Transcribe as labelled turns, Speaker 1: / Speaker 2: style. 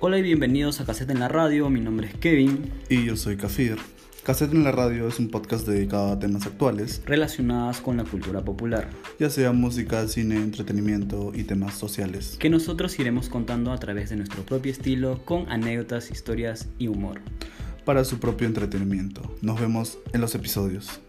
Speaker 1: Hola y bienvenidos a Cassette en la Radio, mi nombre es Kevin,
Speaker 2: Y yo soy Kafir. Cassette en la Radio es un podcast dedicado a temas actuales,
Speaker 1: relacionadas con la cultura popular,
Speaker 2: ya sea música, cine, entretenimiento y temas sociales.
Speaker 1: que nosotros iremos contando a través de nuestro propio estilo, con anécdotas, historias y humor.
Speaker 2: Para su propio entretenimiento. Nos vemos en los episodios.